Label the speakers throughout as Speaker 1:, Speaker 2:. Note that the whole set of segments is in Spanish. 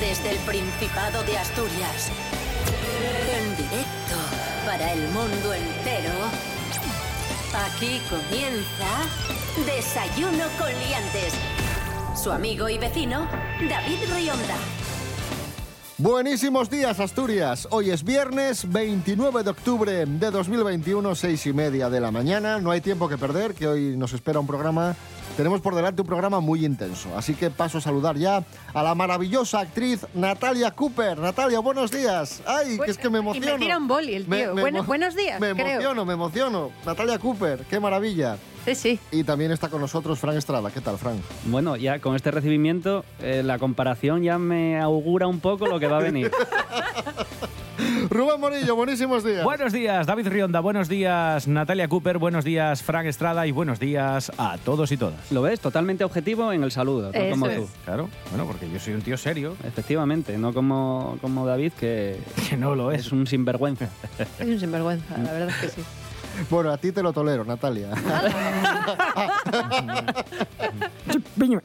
Speaker 1: Desde el Principado de Asturias. En directo para el mundo entero. Aquí comienza Desayuno con Liantes. Su amigo y vecino, David Rionda.
Speaker 2: Buenísimos días, Asturias. Hoy es viernes 29 de octubre de 2021, seis y media de la mañana. No hay tiempo que perder, que hoy nos espera un programa. Tenemos por delante un programa muy intenso, así que paso a saludar ya a la maravillosa actriz Natalia Cooper. Natalia, buenos días. Ay, que
Speaker 3: Bueno,
Speaker 2: es que me emociono.
Speaker 3: Y me tira un boli el
Speaker 2: Me-
Speaker 3: tío.
Speaker 2: me
Speaker 3: Bueno,
Speaker 2: emo-
Speaker 3: buenos días,
Speaker 2: Me
Speaker 3: creo.
Speaker 2: emociono, me emociono. Natalia Cooper, qué maravilla.
Speaker 3: Sí, sí.
Speaker 2: Y también está con nosotros Fran Estrada. ¿Qué tal, Fran?
Speaker 4: Bueno, ya con este recibimiento, eh, la comparación ya me augura un poco lo que va a venir.
Speaker 2: Rubén Morillo, buenísimos días.
Speaker 5: Buenos días, David Rionda. Buenos días, Natalia Cooper. Buenos días, Frank Estrada. Y buenos días a todos y todas.
Speaker 4: ¿Lo ves? Totalmente objetivo en el saludo, no
Speaker 3: Eso
Speaker 4: como
Speaker 3: es.
Speaker 4: tú.
Speaker 5: Claro, bueno, porque yo soy un tío serio.
Speaker 4: Efectivamente, no como, como David, que
Speaker 5: Que no lo
Speaker 4: es un sinvergüenza.
Speaker 3: Es un sinvergüenza, la verdad es que sí.
Speaker 2: Bueno, a ti te lo tolero, Natalia.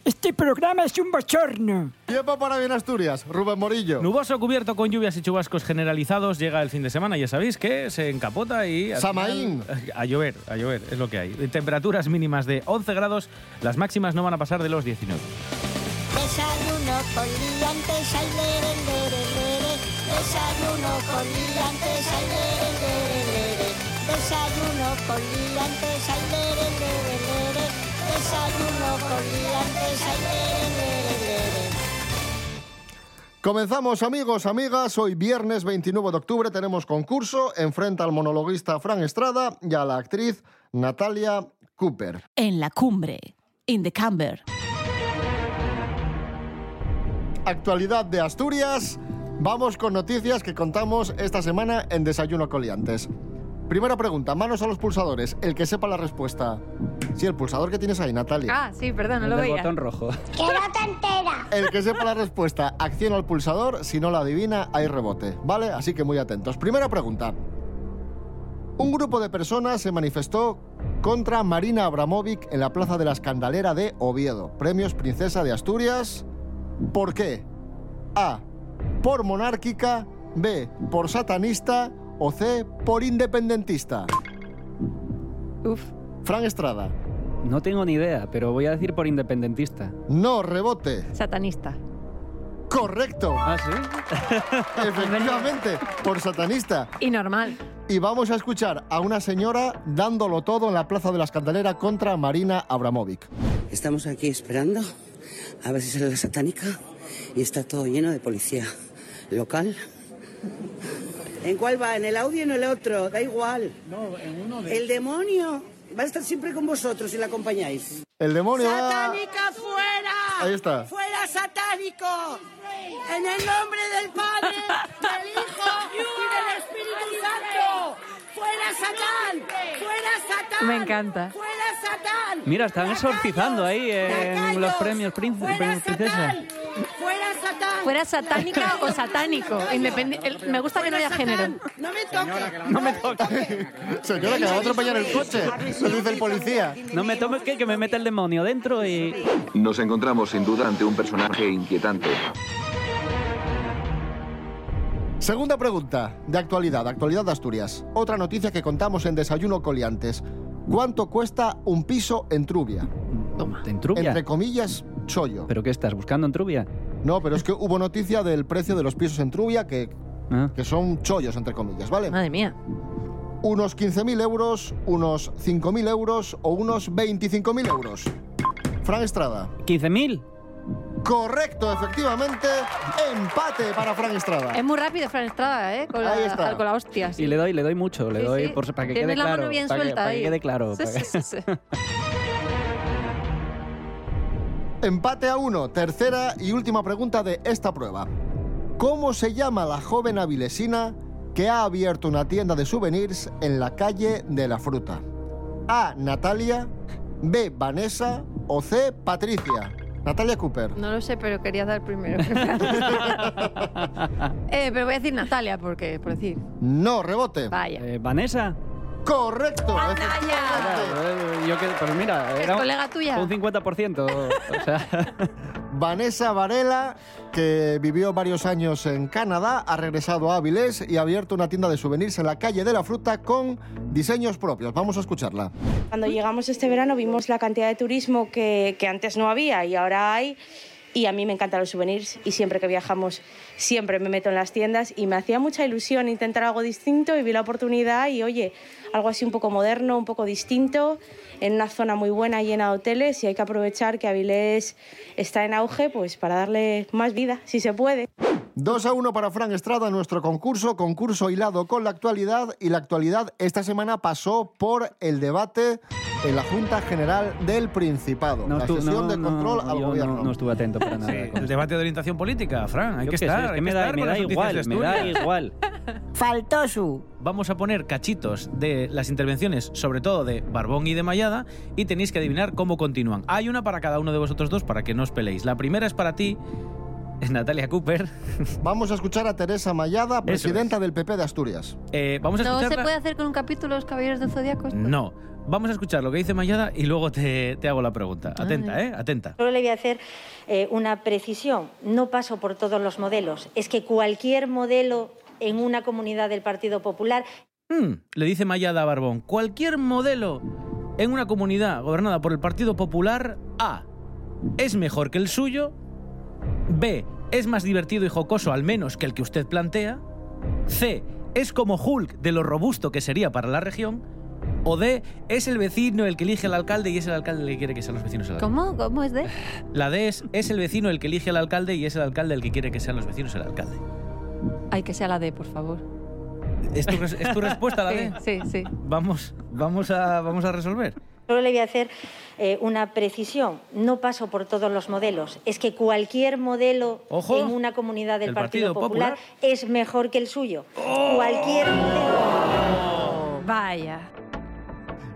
Speaker 6: Este programa es un bochorno.
Speaker 2: Tiempo para bien Asturias, Rubén Morillo.
Speaker 5: Nuboso cubierto con lluvias y chubascos generalizados, llega el fin de semana, ya sabéis que se encapota y... al
Speaker 2: Samaín.
Speaker 5: final- A llover, a llover, es lo que hay. Temperaturas mínimas de 11 grados, las máximas no van a pasar de los 19.
Speaker 7: Desayuno con liantes, ay, lere, lere, lere. Desayuno con liantes, ay, lere, lere, lere. Desayuno con liantes, ay, lere, lere, lere. Desayuno con liantes, ay, lere, lere, lere.
Speaker 2: Comenzamos, amigos, amigas. Hoy viernes 29 de octubre tenemos concurso. Enfrenta al monologuista Fran Estrada y a la actriz Natalia Cooper.
Speaker 8: En la cumbre. In the camber.
Speaker 2: Actualidad de Asturias. Vamos con noticias que contamos esta semana en Desayuno Coliantes. Primera pregunta, manos a los pulsadores. El que sepa la respuesta. Sí, el pulsador que tienes ahí, Natalia.
Speaker 3: Ah, sí, perdón, no
Speaker 4: el
Speaker 3: lo
Speaker 4: del
Speaker 3: veía.
Speaker 4: botón rojo.
Speaker 7: Que no te enteras.
Speaker 2: El que sepa la respuesta, acción al pulsador. Si no la adivina, hay rebote. ¿Vale? Así que muy atentos. Primera pregunta. Un grupo de personas se manifestó contra Marina Abramovic en la Plaza de la Escandalera de Oviedo. Premios Princesa de Asturias. ¿Por qué? A. Por monárquica. B. Por satanista. O C. Por independentista.
Speaker 3: Uf.
Speaker 2: Fran Estrada.
Speaker 4: No tengo ni idea, pero voy a decir por independentista.
Speaker 2: No, rebote.
Speaker 3: Satanista.
Speaker 2: Correcto.
Speaker 4: ¿Ah, sí?
Speaker 2: Efectivamente, por satanista.
Speaker 3: Y normal.
Speaker 2: Y vamos a escuchar a una señora dándolo todo en la Plaza de la Escandalera contra Marina Abramovic.
Speaker 9: Estamos aquí esperando a ver si sale la satánica y está todo lleno de policía local. ¿En cuál va? ¿En el audio o en el otro? Da igual. No, en uno de... El demonio va a estar siempre con vosotros si la acompañáis.
Speaker 2: El demonio va-
Speaker 9: ¡Satánica fuera!
Speaker 2: Ahí está.
Speaker 9: ¡Fuera satánico! En el nombre del Padre, del Hijo y del Espíritu Santo. ¡Fuera Satán! ¡Fuera Satán!
Speaker 3: Me encanta.
Speaker 9: ¡Fuera Satán!
Speaker 4: Mira, están exorcizando ahí en
Speaker 9: ¡Lacayos!
Speaker 4: los premios príncipe,
Speaker 9: ¡Fuera
Speaker 4: princesa.
Speaker 9: Satán! ¡Fuera Satán!
Speaker 3: Fuera satánica o satánico. Independe- el- me gusta que no haya
Speaker 9: ¡Fuera
Speaker 3: género.
Speaker 9: Satán! ¡No me toques!
Speaker 4: No me toques,
Speaker 2: Señora, que la va a atropellar el coche. Lo dice el policía.
Speaker 4: no me toques que, que me mete el demonio dentro y...
Speaker 10: Nos encontramos sin duda ante un personaje inquietante.
Speaker 2: Segunda pregunta, de actualidad, actualidad de Asturias. Otra noticia que contamos en Desayuno Coliantes. ¿Cuánto cuesta un piso en Trubia?
Speaker 4: ¿En Trubia?
Speaker 2: Entre comillas, chollo.
Speaker 4: ¿Pero qué estás buscando en Trubia?
Speaker 2: No, pero es que hubo noticia del precio de los pisos en Trubia que,
Speaker 4: Ah.
Speaker 2: que son chollos, entre comillas, ¿vale?
Speaker 3: Madre mía.
Speaker 2: unos 15.000 euros, unos 5.000 euros o unos 25.000 euros. Fran Estrada.
Speaker 4: ¿15.000?
Speaker 2: Correcto, efectivamente. Empate para Fran Estrada.
Speaker 11: Em-
Speaker 3: Es muy rápido, Fran Estrada, ¿eh? Con la,
Speaker 2: Ahí está.
Speaker 3: con la hostia. sí.
Speaker 4: Y le doy, le doy mucho, le
Speaker 3: Sí,
Speaker 4: doy
Speaker 3: sí.
Speaker 4: por- para que
Speaker 3: Tiene
Speaker 4: quede
Speaker 3: la
Speaker 4: claro.
Speaker 3: mano bien
Speaker 4: para que-
Speaker 3: suelta
Speaker 4: para que,
Speaker 3: ahí.
Speaker 4: quede claro.
Speaker 3: Sí,
Speaker 4: para que-
Speaker 3: sí, sí, sí.
Speaker 2: Empate a uno. Tercera y última pregunta de esta prueba. ¿Cómo se llama la joven avilesina que ha abierto una tienda de souvenirs en la calle de la fruta? A. Natalia. B. Vanessa. O C. Patricia. Natalia Cooper.
Speaker 3: No lo sé, pero quería dar primero. eh, pero voy a decir Natalia, porque, por decir.
Speaker 2: No, rebote.
Speaker 3: Vaya.
Speaker 4: Eh, ¿Vanessa?
Speaker 2: Correcto.
Speaker 4: Claro, eh, yo que, pues mira,
Speaker 3: ¿Es
Speaker 4: era un-
Speaker 3: colega tuya?
Speaker 4: Un 50%. O sea,
Speaker 2: Vanessa Varela, que vivió varios años en Canadá, ha regresado a Avilés y ha abierto una tienda de souvenirs en la calle de la fruta con diseños propios. Vamos a escucharla.
Speaker 12: Cuando llegamos este verano vimos la cantidad de turismo que, que antes no había y ahora hay. Y a mí me encantan los souvenirs y siempre que viajamos siempre me meto en las tiendas y me hacía mucha ilusión intentar algo distinto y vi la oportunidad y oye, algo así un poco moderno, un poco distinto, en una zona muy buena llena de hoteles y hay que aprovechar que Avilés está en auge pues para darle más vida, si se puede.
Speaker 2: 2 a 1 para Fran Estrada en nuestro concurso, concurso hilado con la actualidad y la actualidad esta semana pasó por el debate en la Junta General del Principado,
Speaker 4: no
Speaker 2: la
Speaker 4: estu- no,
Speaker 2: sesión de
Speaker 4: no,
Speaker 2: control
Speaker 4: no,
Speaker 2: al
Speaker 4: yo
Speaker 2: gobierno.
Speaker 4: No, no estuve atento para nada.
Speaker 5: Sí,
Speaker 4: con-
Speaker 5: el debate de orientación política, Fran. Hay
Speaker 4: Yo
Speaker 5: que
Speaker 4: qué sé,
Speaker 5: estar.
Speaker 4: es que
Speaker 5: hay
Speaker 4: me da-
Speaker 5: estar
Speaker 4: me
Speaker 5: con
Speaker 4: da
Speaker 5: las noticias
Speaker 4: igual,
Speaker 5: de
Speaker 4: me da
Speaker 5: Asturias.
Speaker 4: igual.
Speaker 5: Faltosu. Vamos a poner cachitos de las intervenciones, sobre todo de Barbón y de Mayada, y tenéis que adivinar cómo continúan. Hay una para cada uno de vosotros dos para que no os peleéis. La primera es para ti, Natalia Cooper.
Speaker 2: Vamos a escuchar a Teresa Mayada, presidenta del PP de Asturias.
Speaker 5: Eh, vamos a
Speaker 3: ¿No se
Speaker 5: escucharla-
Speaker 3: puede hacer con un capítulo los caballeros de Zodíaco? esto?
Speaker 5: No. Vamos a escuchar lo que dice Mayada y luego te, te hago la pregunta. Atenta, ¿eh? Atenta.
Speaker 13: Solo le voy a hacer eh, una precisión. No paso por todos los modelos. Es que cualquier modelo en una comunidad del Partido Popular
Speaker 5: Mm, le dice Mayada a Barbón, cualquier modelo en una comunidad gobernada por el Partido Popular, A, es mejor que el suyo, B, es más divertido y jocoso al menos que el que usted plantea, C, es como Hulk de lo robusto que sería para la región, o D, es el vecino el que elige al alcalde y es el alcalde el que quiere que sean los vecinos. el alcalde.
Speaker 3: ¿Cómo? ¿Cómo es de?
Speaker 5: La D es, es el vecino el que elige al alcalde y es el alcalde el que quiere que sean los vecinos el alcalde.
Speaker 11: Ay, que sea la D, por favor.
Speaker 5: ¿Es tu, res- es tu respuesta la D?
Speaker 11: Sí, sí.
Speaker 5: Vamos, vamos, a, vamos a resolver.
Speaker 13: Solo le voy a hacer eh, una precisión. No paso por todos los modelos. Es que cualquier modelo
Speaker 5: Ojo,
Speaker 13: en una comunidad del
Speaker 5: el
Speaker 13: Partido,
Speaker 5: Partido Oh.
Speaker 13: Popular, es mejor que el suyo. Cualquier modelo.
Speaker 3: Vaya.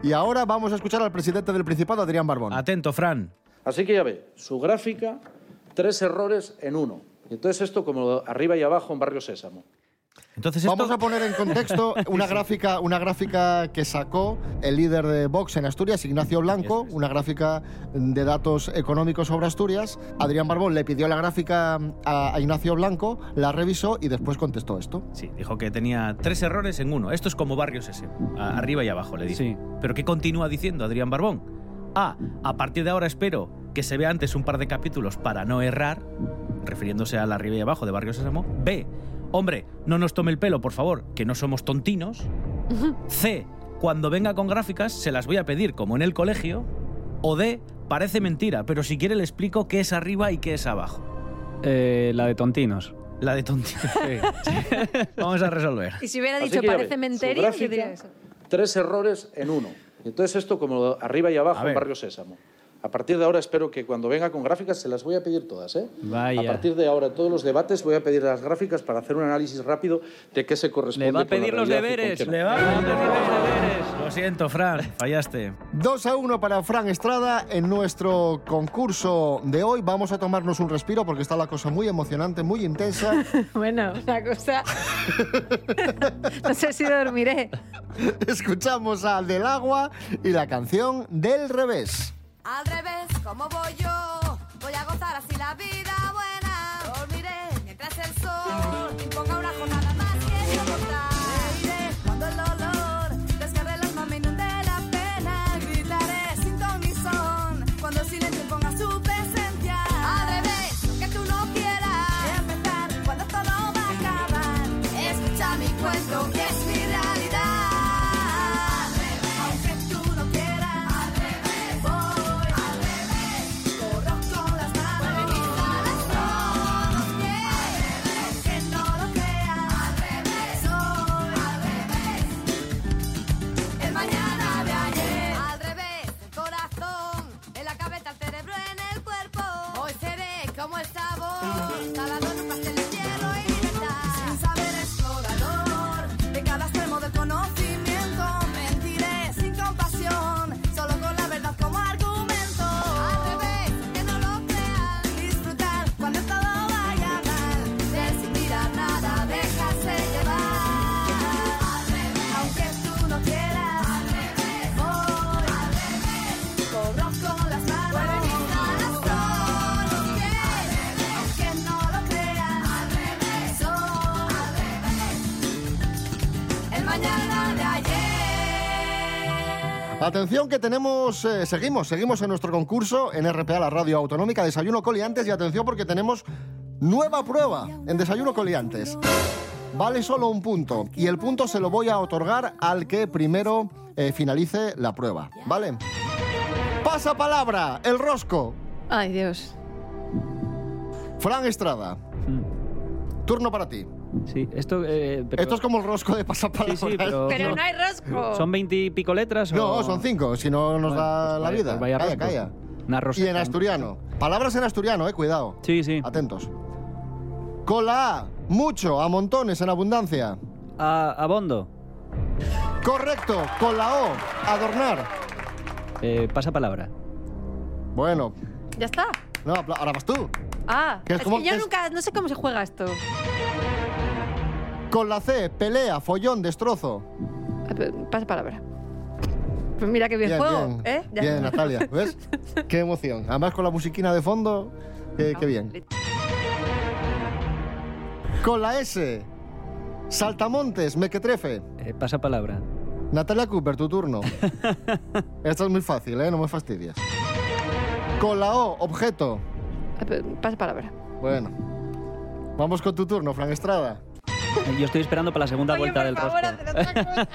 Speaker 2: Y ahora vamos a escuchar al presidente del Principado, Adrián Barbón.
Speaker 5: Atento, Fran.
Speaker 14: Así que ya ve, su gráfica, tres errores en uno. Y entonces esto como arriba y abajo en Barrio Sésamo.
Speaker 5: Entonces
Speaker 2: Vamos a poner en contexto una gráfica, una gráfica que sacó el líder de Vox en Asturias, Ignacio Blanco, una gráfica de datos económicos sobre Asturias. Adrián Barbón le pidió la gráfica a, a Ignacio Blanco, la revisó y después contestó esto.
Speaker 5: Sí, dijo que tenía tres errores en uno. Esto es como barrios ese, a- arriba y abajo, le dije. Pero ¿qué continúa diciendo Adrián Barbón? A. A partir de ahora espero que se vea antes un par de capítulos para no errar, refiriéndose a la arriba y abajo de Barrio Sésamo. B. Hombre, no nos tome el pelo, por favor, que no somos tontinos. C. Cuando venga con gráficas, se las voy a pedir como en el colegio. O D. Parece mentira, pero si quiere le explico qué es arriba y qué es abajo.
Speaker 4: Eh, la de tontinos.
Speaker 5: La de tontinos. Vamos a resolver.
Speaker 3: Y si hubiera
Speaker 14: Así
Speaker 3: dicho
Speaker 14: que ya ve,
Speaker 3: parece
Speaker 14: su
Speaker 3: menterio, yo
Speaker 14: gráfica,
Speaker 3: diría eso.
Speaker 14: Tres errores en uno. Y entonces esto como arriba y abajo en Barrio Sésamo. A partir de ahora espero que cuando venga con gráficas se las voy a pedir todas. ¿eh?
Speaker 4: Vaya.
Speaker 14: A partir de ahora todos los debates voy a pedir las gráficas para hacer un análisis rápido de qué se corresponde.
Speaker 5: Le va a
Speaker 14: con la
Speaker 5: pedir los
Speaker 14: realidad y con
Speaker 5: deberes.
Speaker 14: qué no.
Speaker 5: Le va a pedir los deberes. Lo siento, Fran. Fallaste.
Speaker 2: 2 a 1 para Fran Estrada. En nuestro concurso de hoy vamos a tomarnos un respiro porque está la cosa muy emocionante, muy intensa.
Speaker 3: Bueno, una cosa. no sé si dormiré.
Speaker 2: Escuchamos a Del Agua y la canción Del Revés.
Speaker 15: Al revés, como voy yo, voy a gozar así la vida buena. Dormiré mientras el sol imponga una jornada más que soportar. Reiré cuando el dolor desgarre el alma, me inunde la pena. Gritaré sin ton ni son cuando el silencio imponga su presencia. Al revés, lo que tú no quieras. Empezar cuando todo va a acabar. Escucha mi cuento que es mi realidad. Al revés, aunque tú no quieras. Al revés, voy. Al revés, corro con las manos. Todos bien. Aunque no lo creas. Al revés, soy. Al revés, el mañana de ayer. Al revés, el corazón, en la cabeza, el cerebro, en el
Speaker 2: Atención que tenemos, eh, seguimos, seguimos en nuestro concurso en RPA, la radio autonómica Desayuno Coliantes y atención porque tenemos nueva prueba en Desayuno Coliantes. Vale solo un punto y el punto se lo voy a otorgar al que primero eh, finalice la prueba, ¿vale? Pasa palabra, el rosco.
Speaker 3: Ay, Dios.
Speaker 2: Fran Estrada. Turno para ti.
Speaker 4: Sí, esto... eh, Hmm. pero-
Speaker 2: Esto es como el rosco de pasapalabra.
Speaker 4: Sí, sí, pero- Pero no hay
Speaker 3: rosco.
Speaker 4: ¿Son 20 y pico letras?
Speaker 2: No,
Speaker 4: o-
Speaker 2: son cinco, si no nos
Speaker 4: Bueno,
Speaker 2: da
Speaker 4: pues
Speaker 2: la
Speaker 4: vaya-
Speaker 2: vida.
Speaker 4: pues vaya
Speaker 2: calla,
Speaker 4: rosco.
Speaker 2: calla.
Speaker 4: Una rosa
Speaker 2: Y en
Speaker 4: tan-
Speaker 2: asturiano. Palabras en asturiano, eh, cuidado.
Speaker 4: Sí, sí.
Speaker 2: Atentos. Con la A, mucho, a montones, en abundancia.
Speaker 4: A, abondo.
Speaker 2: Correcto, con la O, adornar.
Speaker 4: Eh, pasa palabra.
Speaker 2: Bueno,
Speaker 3: Ya está.
Speaker 2: no, apla- ahora vas tú.
Speaker 3: Ah,
Speaker 2: Que es
Speaker 3: es
Speaker 2: como-
Speaker 3: que yo
Speaker 2: es-
Speaker 3: nunca, no sé cómo se juega esto.
Speaker 2: Con la C, pelea, follón, destrozo.
Speaker 3: Ah, pero Pasa palabra. Pues mira qué bien,
Speaker 2: Bien,
Speaker 3: juego,
Speaker 2: bien.
Speaker 3: ¿eh? Ya.
Speaker 2: Bien, Natalia, ¿ves? Qué emoción. Además, con la musiquina de fondo, qué,
Speaker 3: Ah,
Speaker 2: qué bien. Con la S, saltamontes, mequetrefe.
Speaker 4: Eh, pasa palabra.
Speaker 2: Natalia Cooper, tu turno. Esto es muy fácil, ¿eh? No me fastidies. Con la O, objeto.
Speaker 3: Ah, pero Pasa palabra.
Speaker 2: Bueno. Vamos con tu turno, Fran Estrada.
Speaker 4: Yo estoy esperando para la segunda vuelta del rostro.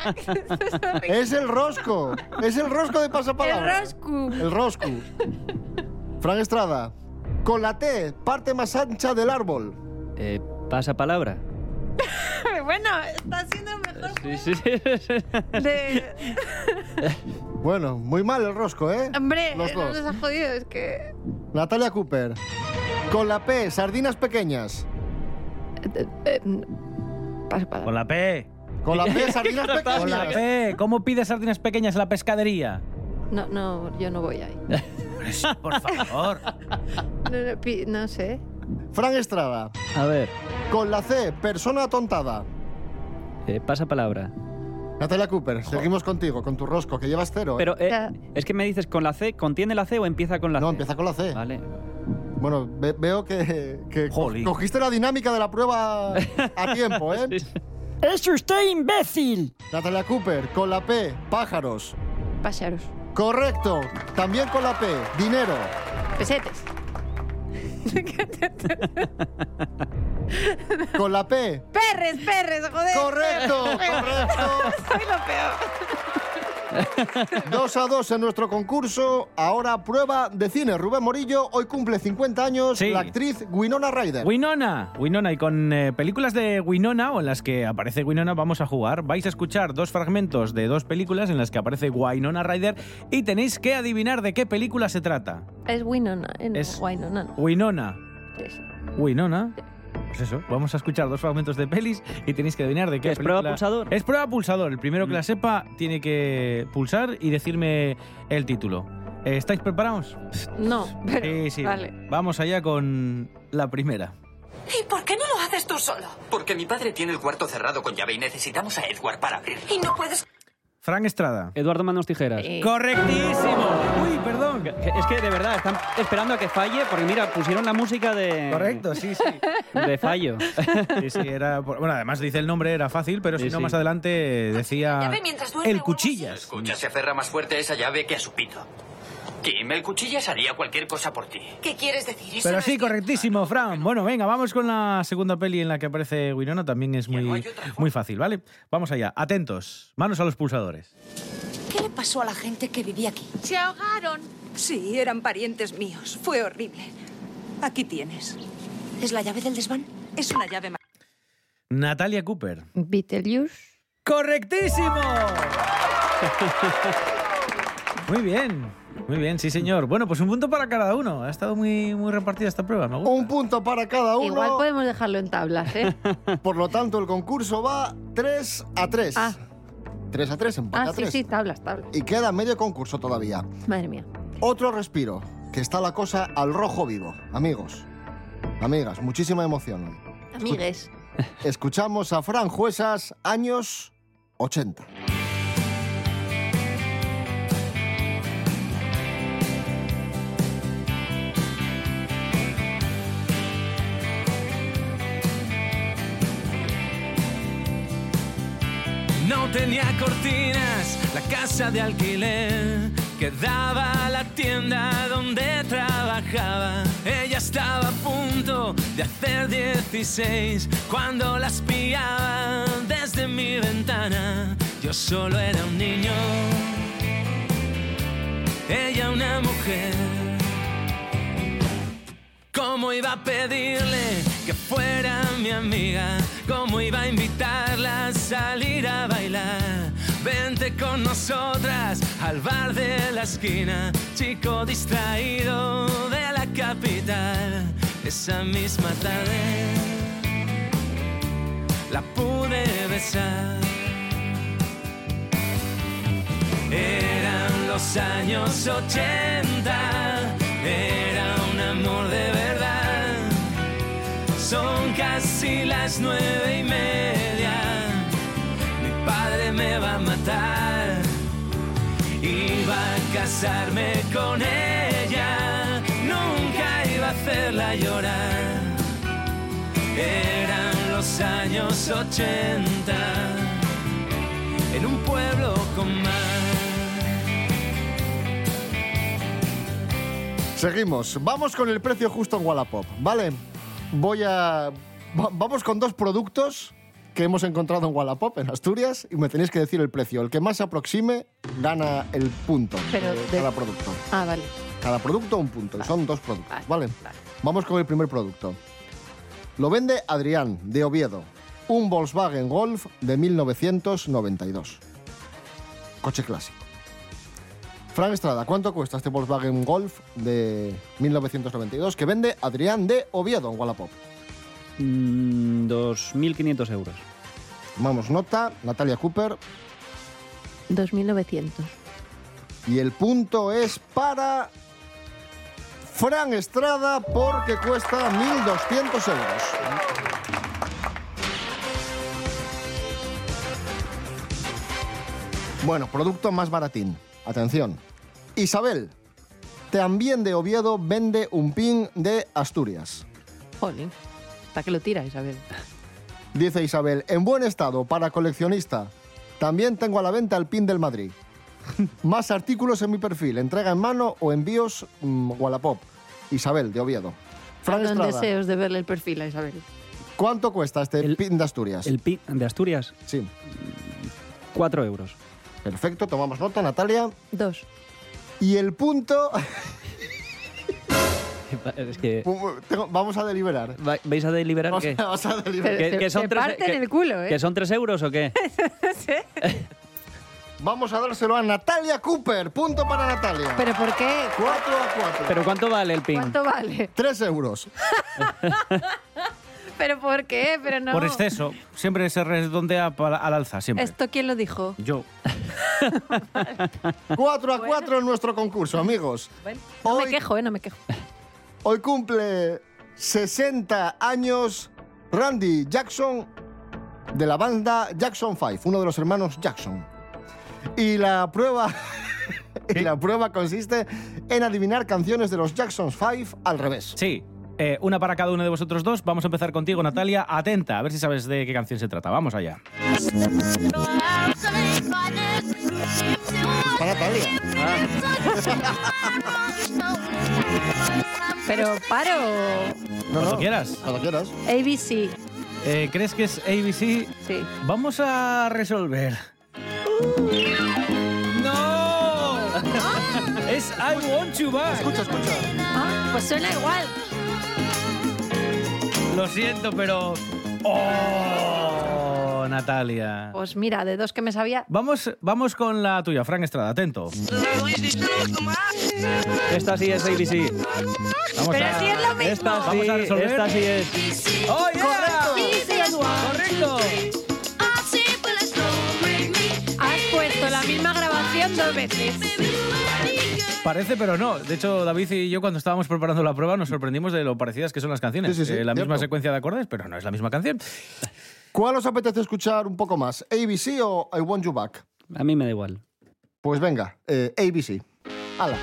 Speaker 2: Es el rosco. Es el rosco de pasapalabra.
Speaker 3: El rosco.
Speaker 2: El rosco. Fran Estrada. Con la T, parte más ancha del árbol.
Speaker 4: Eh, pasa palabra.
Speaker 3: bueno, está siendo mejor.
Speaker 4: Sí, sí, sí.
Speaker 3: De...
Speaker 2: Bueno, muy mal el rosco, ¿eh?
Speaker 3: Hombre,
Speaker 2: Los
Speaker 3: no
Speaker 2: dos.
Speaker 3: nos ha jodido, es que.
Speaker 2: Natalia Cooper. Con la P, sardinas pequeñas.
Speaker 3: eh, mm,
Speaker 5: Con la P.
Speaker 2: Con la P, sardinas pequeñas.
Speaker 5: Con la P. ¿Cómo pides sardinas pequeñas en la pescadería?
Speaker 3: No, no, yo no voy ahí.
Speaker 5: Por favor.
Speaker 3: No, no, pi- no sé.
Speaker 2: Fran Estrada.
Speaker 4: A ver,
Speaker 2: Con la C, persona atontada.
Speaker 4: eh, pasa palabra.
Speaker 2: Natalia Cooper, seguimos contigo, con tu rosco, que llevas cero. ¿eh?
Speaker 4: Pero eh, es que me dices, ¿con la C? ¿Contiene la C o empieza con la
Speaker 2: No,
Speaker 4: C?
Speaker 2: empieza con la C.
Speaker 4: Vale.
Speaker 2: Bueno, ve- veo que, que co-
Speaker 4: Jolín.
Speaker 2: cogiste la dinámica de la prueba a tiempo, ¿eh?
Speaker 6: ¡Es usted imbécil!
Speaker 2: Natalia Cooper, con la P, pájaros.
Speaker 3: Pájaros.
Speaker 2: Correcto. También con la P, dinero.
Speaker 3: Pesetes.
Speaker 2: Con la P.
Speaker 3: Perres, perres, joder.
Speaker 2: Correcto, correcto.
Speaker 3: Soy lo peor.
Speaker 2: Dos a dos en nuestro concurso. Ahora prueba de cine. Rubén Morillo, hoy cumple 50 años,
Speaker 5: Sí.
Speaker 2: la actriz Winona Ryder.
Speaker 5: Winona, Winona, y con eh, películas de Winona o en las que aparece Winona vamos a jugar. Vais a escuchar dos fragmentos de dos películas en las que aparece Winona Ryder y tenéis que adivinar de qué película se trata.
Speaker 3: Es Winona, eh, no,
Speaker 5: Es-
Speaker 3: Winona. no.
Speaker 5: Winona,
Speaker 3: Sí, sí.
Speaker 5: Winona. Pues eso, vamos a escuchar dos fragmentos de pelis y tenéis que adivinar de qué
Speaker 4: ¿Es
Speaker 5: película-
Speaker 4: prueba
Speaker 2: Eh.
Speaker 4: pulsador? Mm.
Speaker 5: Es prueba pulsador. El primero que la sepa tiene que pulsar y decirme el título. Eh, ¿Estáis preparados?
Speaker 3: No, pero.
Speaker 5: Sí, sí.
Speaker 3: Vale.
Speaker 5: Vamos allá con la primera.
Speaker 16: ¿Y por qué no lo haces tú solo?
Speaker 17: Porque mi padre tiene el cuarto cerrado con llave y necesitamos a Edward para abrir.
Speaker 16: Y no puedes...
Speaker 5: Frank Estrada.
Speaker 4: Eduardo Manos Tijeras.
Speaker 3: Eh,
Speaker 5: Correctísimo. Uy, perdón.
Speaker 4: Es que de verdad están esperando a que falle porque mira, pusieron la música de.
Speaker 5: Correcto, sí, sí.
Speaker 4: De fallo.
Speaker 5: Sí, sí, era por- Bueno, además dice el nombre, era fácil, pero si
Speaker 4: Sí,
Speaker 5: no,
Speaker 4: sí.
Speaker 5: más adelante eh, decía.
Speaker 16: ve mientras duerme,
Speaker 5: El
Speaker 16: o
Speaker 5: cuchillas.
Speaker 17: Escucha, se aferra más fuerte a esa llave que a su pito. Kim, el cuchillas haría cualquier cosa por ti.
Speaker 16: ¿Qué quieres decir? Eso
Speaker 5: Pero
Speaker 16: no es
Speaker 5: sí, correctísimo, Fran. Bueno, venga, vamos con la segunda peli en la que aparece Winona. También es muy, muy fácil, ¿vale? Vamos allá. Atentos. Manos a los pulsadores.
Speaker 18: ¿Qué le pasó a la gente que vivía aquí? Se ahogaron. Sí, eran parientes míos. Fue horrible. Aquí tienes. ¿Es la llave del desván? Es una llave mágica.
Speaker 5: Natalia Cooper.
Speaker 3: Beetlejuice.
Speaker 5: ¡Correctísimo! Muy bien. Muy bien, sí, señor. Bueno, pues un punto para cada uno. Ha estado muy, muy repartida esta prueba. Me gusta.
Speaker 2: Un punto para cada uno.
Speaker 3: Igual podemos dejarlo en tablas, ¿eh?
Speaker 2: Por lo tanto, el concurso va 3 a 3.
Speaker 3: Ah.
Speaker 2: 3 a 3, empate
Speaker 3: ah,
Speaker 2: a
Speaker 3: sí,
Speaker 2: 3.
Speaker 3: sí, tablas, tablas.
Speaker 2: Y queda medio concurso todavía.
Speaker 3: Madre mía.
Speaker 2: Otro respiro, que está la cosa al rojo vivo. Amigos, amigas, muchísima emoción.
Speaker 3: Amigues.
Speaker 2: Escuchamos a Fran Juesas, años 80.
Speaker 19: No tenía cortinas, la casa de alquiler quedaba la tienda donde trabajaba. Ella estaba a punto de hacer 16 cuando la espiaba desde mi ventana. Yo solo era un niño, ella una mujer. ¿Cómo iba a pedirle que fuera mi amiga? ¿Cómo iba a invitarla a salir a bailar? Vente con nosotras al bar de la esquina, chico distraído de la capital. Esa misma tarde la pude besar. Eran los años 80, era un amor de verdad. Son casi las nueve y media, mi padre me va a matar. Iba a casarme con ella, nunca iba a hacerla llorar. Eran los años 80, en un pueblo con mar.
Speaker 2: Seguimos. Vamos con el precio justo en Wallapop. Vale, voy a. va- vamos con dos productos que hemos encontrado en Wallapop, en Asturias, y me tenéis que decir el precio. El que más se aproxime gana el punto.
Speaker 3: Pero
Speaker 2: eh,
Speaker 3: de-
Speaker 2: Cada producto.
Speaker 3: Ah, vale.
Speaker 2: Cada producto un punto. y Son dos productos. Vale. Vamos con el primer producto. Lo vende Adrián, de Oviedo. Un Volkswagen Golf de 1992. Coche clásico. Frank Estrada, ¿cuánto cuesta este Volkswagen Golf de 1992 que vende Adrián de Oviedo en Wallapop?
Speaker 4: Mm, 2.500 euros.
Speaker 2: Vamos, nota, Natalia Cooper.
Speaker 11: 2.900.
Speaker 2: Y el punto es para Fran Estrada porque cuesta 1.200 euros. Bueno, producto más baratín. Atención. Isabel, también de Oviedo, vende un pin de Asturias.
Speaker 11: Jolín. Hasta que lo tira, Isabel.
Speaker 2: Dice Isabel, en buen estado, para coleccionista. También tengo a la venta el pin del Madrid. Más artículos en mi perfil, entrega en mano o envíos mm, Wallapop. Isabel, de Oviedo. Fran
Speaker 11: Con
Speaker 2: Estrada,
Speaker 11: deseos de verle el perfil a Isabel.
Speaker 2: ¿cuánto cuesta este pin de Asturias?
Speaker 4: El PIN de Asturias,
Speaker 2: Sí.
Speaker 4: 4 euros.
Speaker 2: Perfecto, tomamos nota, Natalia.
Speaker 11: Dos.
Speaker 2: Y el punto...
Speaker 4: Es que...
Speaker 2: Tengo- vamos a deliberar.
Speaker 4: Va- ¿Vais a deliberar
Speaker 2: Vamos
Speaker 4: qué?
Speaker 2: a- vamos a deliberar.
Speaker 4: ¿Que,
Speaker 2: Se-
Speaker 4: que
Speaker 2: se
Speaker 4: son tres-
Speaker 2: parten
Speaker 4: que-
Speaker 2: el culo, ¿eh?
Speaker 4: ¿Que son 3 euros o qué?
Speaker 2: Vamos a dárselo a Natalia Cooper. Punto para Natalia.
Speaker 3: ¿Pero por qué?
Speaker 2: 4 a 4.
Speaker 4: ¿Pero cuánto vale el PIN?
Speaker 3: ¿Cuánto vale?
Speaker 2: 3 euros.
Speaker 3: ¿Pero por qué? Pero no.
Speaker 5: Por exceso, siempre se redondea pa- al alza, siempre.
Speaker 11: ¿Esto quién lo dijo?
Speaker 5: Yo.
Speaker 2: 4 a 4 en nuestro concurso, amigos.
Speaker 11: Bueno, no me quejo, ¿eh? No me quejo.
Speaker 2: Hoy cumple 60 años Randy Jackson de la banda Jackson 5, uno de los hermanos Jackson. Y la prueba y la prueba consiste en adivinar canciones de los Jackson 5 al revés.
Speaker 5: Sí. Eh, una para cada uno de vosotros dos. Vamos a empezar contigo, Natalia. Atenta, a ver si sabes de qué canción se trata. Vamos allá.
Speaker 2: Para Natalia.
Speaker 3: Pero paro.
Speaker 2: Oh.
Speaker 5: Cuando quieras.
Speaker 2: Cuando quieras.
Speaker 3: ABC.
Speaker 5: Eh, ¿Crees que es ABC?
Speaker 3: Sí.
Speaker 5: Vamos a resolver.
Speaker 2: Uh.
Speaker 5: ¡No! es I Want You Back.
Speaker 2: Ah. Escucha, escucha.
Speaker 3: Ah, pues suena igual.
Speaker 5: Lo siento, pero. ¡Oh! Natalia.
Speaker 3: Pues mira, de dos que me sabía.
Speaker 5: Vamos, vamos con la tuya, Frank Estrada, atento.
Speaker 4: Esta sí es ABC.
Speaker 5: Vamos
Speaker 4: Pero
Speaker 5: a,
Speaker 4: si es lo mismo.
Speaker 5: Esta sí,
Speaker 4: Vamos a resolver.
Speaker 5: esta sí es. ¡Oh, yeah!
Speaker 3: ¡Correcto! Has puesto la misma grabación dos veces.
Speaker 5: Parece, pero no. De hecho, David y yo, cuando estábamos preparando la prueba, nos sorprendimos de lo parecidas que son las canciones.
Speaker 2: Sí, sí, sí,
Speaker 5: Eh, la
Speaker 2: cierto.
Speaker 5: misma secuencia de acordes, pero no es la misma canción.
Speaker 2: ¿Cuál os apetece escuchar un poco más? ABC o I Want You Back?
Speaker 4: A mí me da igual.
Speaker 2: Pues venga, eh, ABC. Hala.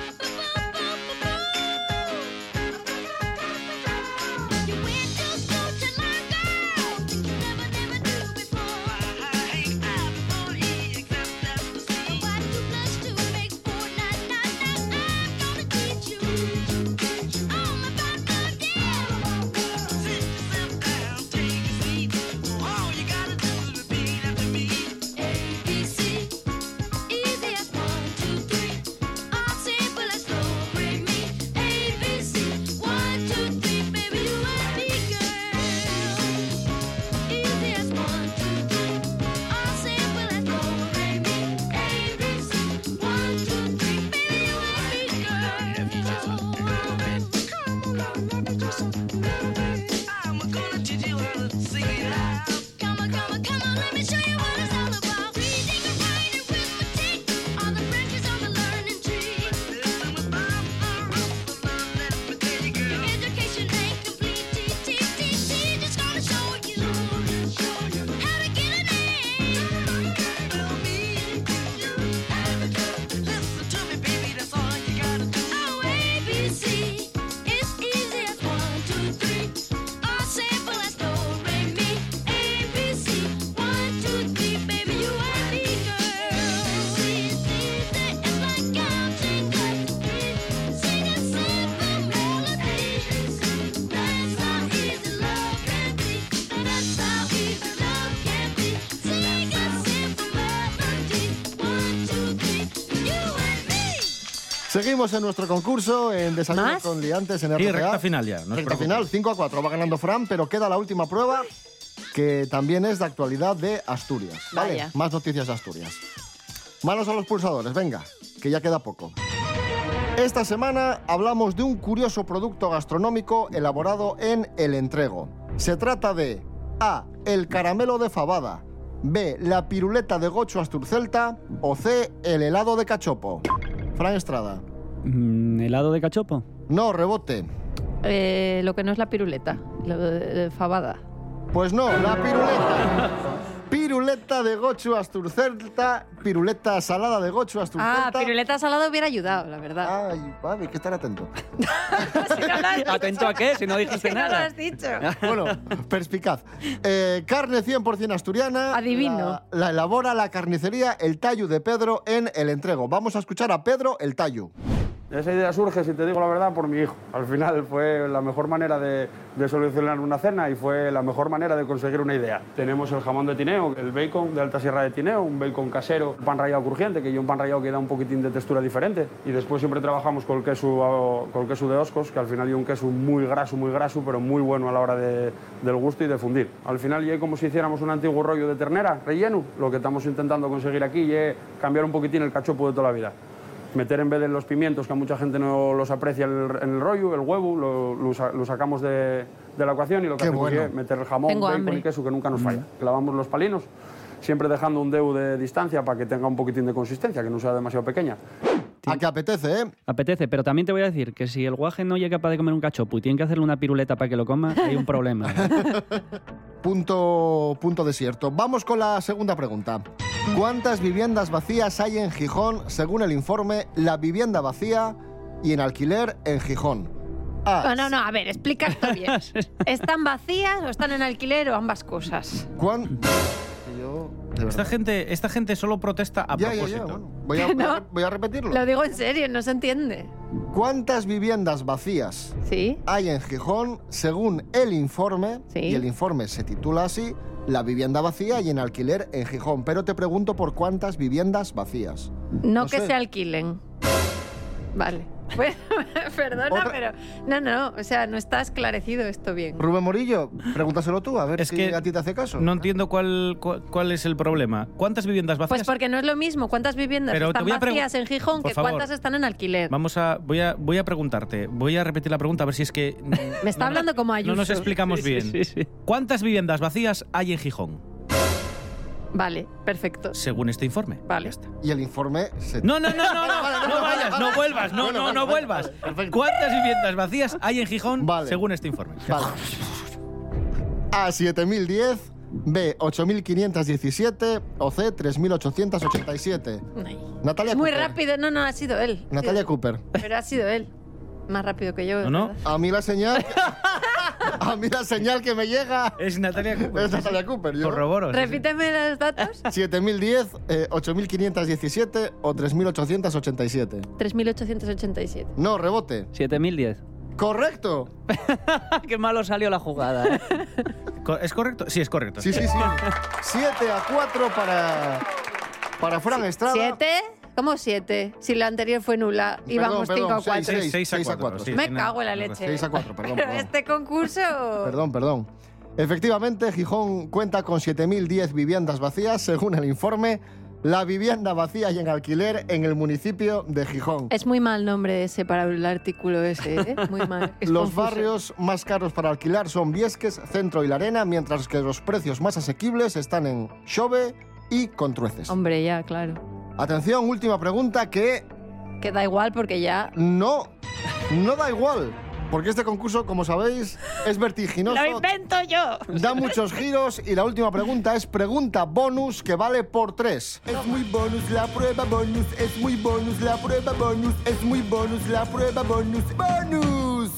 Speaker 2: Seguimos en nuestro concurso en Desayuno
Speaker 5: ¿Más?
Speaker 2: con Liantes en
Speaker 5: Y
Speaker 2: RPA.
Speaker 5: recta final ya, no os
Speaker 2: recta
Speaker 5: preocupéis.
Speaker 2: final, 5 a 4. Va ganando Fran, pero queda la última prueba que también es de actualidad de Asturias. ¿Vale?
Speaker 11: Vaya.
Speaker 2: Más noticias de Asturias. Manos a los pulsadores, venga, que ya queda poco. Esta semana hablamos de un curioso producto gastronómico elaborado en El Entrego. Se trata de A. El caramelo de fabada. B. La piruleta de gocho asturcelta. O C. El helado de cachopo. Fran Estrada.
Speaker 4: Mm, ¿Helado de cachopo?
Speaker 2: No, rebote.
Speaker 11: Eh, lo que no es la piruleta, la eh, fabada.
Speaker 2: Pues no, la piruleta. Piruleta de gocho asturcelta. Piruleta salada de gocho asturcelta.
Speaker 11: Ah, piruleta salada hubiera ayudado, la verdad.
Speaker 2: Ay, vale, hay que estar atento.
Speaker 4: ¿Atento a qué? Si no dijiste
Speaker 11: no lo
Speaker 4: nada.
Speaker 11: has dicho.
Speaker 2: Bueno, perspicaz. Eh, carne 100% asturiana.
Speaker 11: Adivino.
Speaker 2: La, la elabora la carnicería El Tallo de Pedro en El Entrego. Vamos a escuchar a Pedro El Tallo.
Speaker 20: Esa idea surge, si te digo la verdad, por mi hijo. Al final fue la mejor manera de, de solucionar una cena y fue la mejor manera de conseguir una idea. Tenemos el jamón de tineo, el bacon de alta sierra de tineo, un bacon casero, pan rallado crujiente, que yo un pan rallado que da un poquitín de textura diferente. Y después siempre trabajamos con el queso, con el queso de Oscos, que al final es un queso muy graso, muy graso, pero muy bueno a la hora de- del gusto y de fundir. Al final ya es como si hiciéramos un antiguo rollo de ternera, relleno. Lo que estamos intentando conseguir aquí es cambiar un poquitín el cachopo de toda la vida meter en vez de los pimientos, que a mucha gente no los aprecia el- en el rollo, el huevo, lo, lo sa- lo sacamos de, de la ecuación y lo que hacemos
Speaker 14: bueno.
Speaker 20: es meter el jamón,
Speaker 14: Tengo
Speaker 20: bacon
Speaker 14: hambre.
Speaker 20: y queso, que nunca nos falla. Clavamos los palinos, siempre dejando un deu de distancia para que tenga un poquitín de consistencia, que no sea demasiado pequeña.
Speaker 2: ¿A qué apetece, eh?
Speaker 4: Apetece, pero también te voy a decir que si el guaje no llega capaz de comer un cachopo y tiene que hacerle una piruleta para que lo coma, hay un problema.
Speaker 2: Punto, punto desierto. Vamos con la segunda pregunta. ¿Cuántas viviendas vacías hay en Gijón según el informe La vivienda vacía y en alquiler en Gijón? Ah, A.
Speaker 11: No, no, no, a ver, explica esto bien. ¿Están vacías o están en alquiler o ambas cosas?
Speaker 2: ¿Cuán-
Speaker 5: Esta gente, esta gente solo protesta a
Speaker 2: Ya, ya, ya,
Speaker 5: propósito.
Speaker 2: Voy a, voy a-
Speaker 11: No.
Speaker 2: voy a repetirlo.
Speaker 11: Lo digo en serio, no se entiende.
Speaker 2: ¿Cuántas viviendas vacías hay en Gijón según el informe? Y el informe se titula así, La vivienda vacía y en alquiler en Gijón. Pero te pregunto por cuántas viviendas vacías.
Speaker 11: No,
Speaker 2: No
Speaker 11: que
Speaker 2: sé.
Speaker 11: se alquilen. Vale. Pues, perdona,
Speaker 2: Otra-
Speaker 11: pero. No, no, o sea, no está esclarecido esto bien.
Speaker 2: Rubén Morillo, pregúntaselo tú, a ver si
Speaker 5: que
Speaker 2: a ti te hace caso.
Speaker 5: No entiendo cuál, cuál, cuál es el problema. ¿Cuántas viviendas vacías?
Speaker 11: Pues porque no es lo mismo cuántas viviendas
Speaker 5: Pero te
Speaker 11: están
Speaker 5: voy a pregun-
Speaker 11: vacías en Gijón
Speaker 5: Por
Speaker 11: que
Speaker 5: favor.
Speaker 11: cuántas están en alquiler.
Speaker 5: Vamos a voy, a. voy a preguntarte. Voy a repetir la pregunta a ver si es que
Speaker 11: Me está hablando como Ayuso.
Speaker 5: no nos explicamos
Speaker 4: Sí,
Speaker 5: bien.
Speaker 4: sí,
Speaker 5: ¿Cuántas viviendas vacías hay en Gijón?
Speaker 11: Vale, perfecto.
Speaker 5: Según este informe.
Speaker 11: Vale.
Speaker 2: Y el informe se...
Speaker 5: No, no, no, no, no, no vayas, no vuelvas, no,
Speaker 2: Bueno,
Speaker 5: no,
Speaker 2: vale,
Speaker 5: no
Speaker 2: vale,
Speaker 5: vuelvas.
Speaker 2: perfecto.
Speaker 5: ¿Cuántas viviendas vacías hay en Gijón
Speaker 2: Vale.
Speaker 5: según este informe?
Speaker 2: Vale. A 7010, B 8517 o C 3887. Natalia
Speaker 11: Muy
Speaker 2: Cooper.
Speaker 11: rápido, no, no, ha sido él.
Speaker 2: Natalia Cooper.
Speaker 11: Pero ha sido él. Más rápido que yo. ¿verdad?
Speaker 2: A mí la señal. A mí la señal que me llega.
Speaker 5: Es Natalia Cooper.
Speaker 2: Es Natalia Cooper, yo.
Speaker 11: Pues
Speaker 5: Corroboro.
Speaker 11: Repíteme los datos.
Speaker 2: 7010, eh, 8517 o 3887.
Speaker 11: 3.887.
Speaker 2: No, rebote.
Speaker 4: 7010.
Speaker 2: Correcto.
Speaker 4: Qué malo salió la jugada. ¿eh?
Speaker 5: Co- ¿Es correcto? Sí, es correcto.
Speaker 2: Sí, sí, sí. 7 a 4 para, para Fran Estrada.
Speaker 11: ¿Siete? ¿Cómo siete? Si la anterior fue nula y
Speaker 2: Perdón,
Speaker 11: vamos
Speaker 2: perdón,
Speaker 11: 5 a
Speaker 2: seis,
Speaker 11: 4.
Speaker 2: seis, seis a 4.
Speaker 11: Me cago en la leche.
Speaker 2: 6 a 4, perdón.
Speaker 11: Pero
Speaker 2: perdón.
Speaker 11: este concurso.
Speaker 2: Perdón, perdón. Efectivamente, Gijón cuenta con 7.010 viviendas vacías, según el informe, la vivienda vacía y en alquiler en el municipio de Gijón.
Speaker 11: Es muy mal nombre ese para el artículo ese, ¿eh? Muy mal. Es
Speaker 2: Los
Speaker 11: confuso.
Speaker 2: barrios más caros para alquilar son Viesques, Centro y La Arena, mientras que los precios más asequibles están en Xove y Contrueces.
Speaker 11: Hombre, ya, claro.
Speaker 2: Atención, última pregunta que
Speaker 11: Que da igual porque ya.
Speaker 2: no, no da igual, porque este concurso, como sabéis, es vertiginoso.
Speaker 11: invento yo!
Speaker 2: Da muchos giros y la última pregunta es pregunta bonus que vale por tres. Es muy bonus la prueba bonus, es muy bonus la prueba bonus, es muy bonus la prueba bonus, bonus.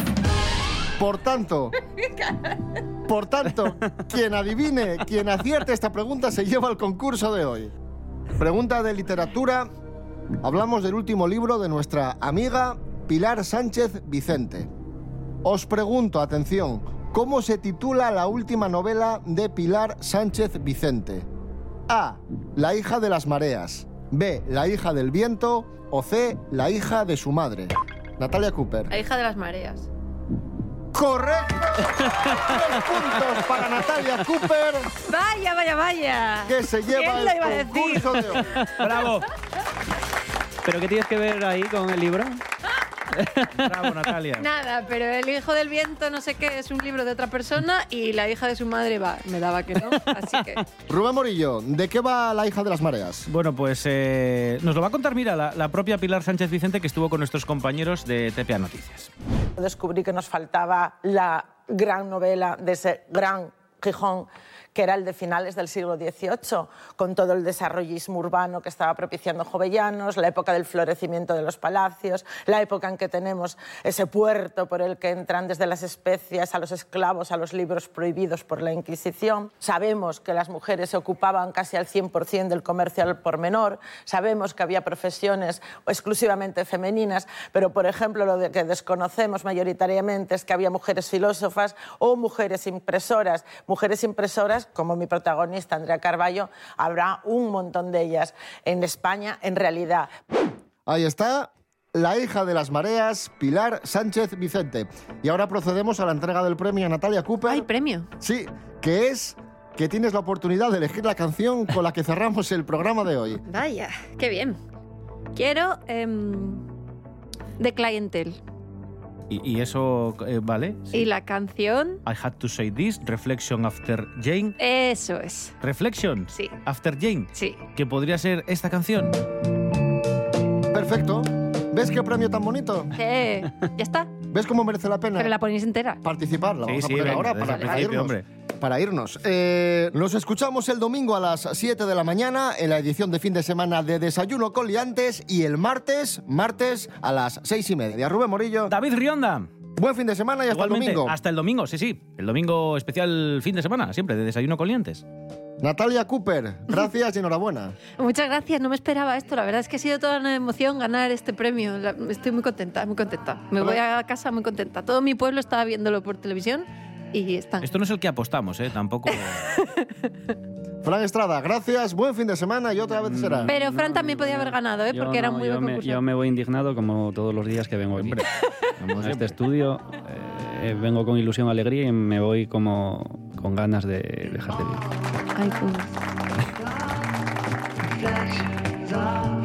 Speaker 2: Por tanto, por tanto, quien adivine, quien acierte esta pregunta se lleva al concurso de hoy. Pregunta de literatura. Hablamos del último libro de nuestra amiga Pilar Sánchez Vicente. Os pregunto, atención, ¿cómo se titula la última novela de Pilar Sánchez Vicente? A. La hija de las mareas. B, la hija del viento. O C, la hija de su madre. Natalia Cooper.
Speaker 11: La hija de las mareas.
Speaker 2: Correcto. Tres puntos para Natalia Cooper,
Speaker 11: Vaya, vaya, vaya.
Speaker 2: que se lleva
Speaker 11: ¿Quién
Speaker 2: el
Speaker 11: lo iba a decir?
Speaker 2: concurso de hoy.
Speaker 5: ¡Bravo!
Speaker 4: ¿Pero qué tienes que ver ahí con el libro?
Speaker 5: Bravo, Natalia.
Speaker 11: Nada, pero el hijo del viento no sé qué es un libro de otra persona y la hija de su madre va, me daba que no, así que
Speaker 2: Rubén Morillo, ¿de qué va la hija de las mareas?
Speaker 5: Bueno, pues eh, nos lo va a contar, mira, la, la propia Pilar Sánchez Vicente que estuvo con nuestros compañeros de TPA Noticias.
Speaker 21: Mm. Descubrí que nos faltaba la gran novela de ese gran Gijón, que era el de finales del siglo XVIII, con todo el desarrollismo urbano que estaba propiciando Jovellanos, la época del florecimiento de los palacios, la época en que tenemos ese puerto por el que entran desde las especias a los esclavos, a los libros prohibidos por la Inquisición. Sabemos que las mujeres se ocupaban casi al 100% del comercio al por menor, sabemos que había profesiones exclusivamente femeninas, pero por ejemplo lo de que desconocemos mayoritariamente es que había mujeres filósofas o mujeres impresoras. Mujeres impresoras, como mi protagonista Andrea Carballo, habrá un montón de ellas en España en realidad.
Speaker 2: Ahí está la hija de las mareas, Pilar Sánchez Vicente. Y ahora procedemos a la entrega del premio a Natalia Cooper. ¿Hay
Speaker 11: premio?
Speaker 2: Sí, que es que tienes la oportunidad de elegir la canción con la que cerramos el programa de hoy.
Speaker 11: vaya, qué bien. Quiero em, de clientel
Speaker 5: Y, y eso, eh, ¿vale?
Speaker 11: y la canción
Speaker 5: I had to say this, Reflection After Jane.
Speaker 11: eso es.
Speaker 5: Reflection.
Speaker 11: Sí.
Speaker 5: After Jane.
Speaker 11: Sí.
Speaker 5: Que podría ser esta canción.
Speaker 2: Perfecto. ¿Ves qué premio tan bonito?
Speaker 11: Eh, ya está.
Speaker 2: ¿Ves cómo merece la pena?
Speaker 11: Pero la ponéis entera.
Speaker 2: participar. La
Speaker 5: Sí,
Speaker 2: vamos
Speaker 5: sí,
Speaker 2: a poner
Speaker 5: venga,
Speaker 2: ahora
Speaker 5: desde
Speaker 2: para,
Speaker 5: el
Speaker 2: para
Speaker 5: principio,
Speaker 2: irnos. Para irnos. Eh, nos escuchamos el domingo a las 7 de la mañana en la edición de fin de semana de Desayuno con Liantes y el martes, martes a las 6 y media. Rubén Morillo.
Speaker 5: David Rionda.
Speaker 2: Buen fin de semana y hasta
Speaker 5: Igualmente,
Speaker 2: el domingo.
Speaker 5: Hasta el domingo, sí, sí. El domingo especial fin de semana, siempre, de desayuno con liantes.
Speaker 2: Natalia Cooper, gracias y enhorabuena.
Speaker 11: Muchas gracias, no me esperaba esto. La verdad es que ha sido toda una emoción ganar este premio. La- Estoy muy contenta, muy contenta. Me voy a casa muy contenta. Todo mi pueblo estaba viéndolo por televisión y están.
Speaker 5: Esto no es el que apostamos, ¿eh? Tampoco.
Speaker 2: Fran Estrada, gracias, buen fin de semana y otra vez será.
Speaker 11: Pero Fran también podía haber ganado, ¿eh?
Speaker 4: Yo
Speaker 11: porque era
Speaker 4: no,
Speaker 11: muy
Speaker 4: yo
Speaker 11: buen
Speaker 4: me,
Speaker 11: concurso.
Speaker 4: yo me voy indignado como todos los días que vengo aquí. a este estudio eh, eh, vengo con ilusión, alegría y me voy como con ganas de
Speaker 11: Oh.
Speaker 4: dejar de vivir.
Speaker 11: Ay, pues.
Speaker 15: That's the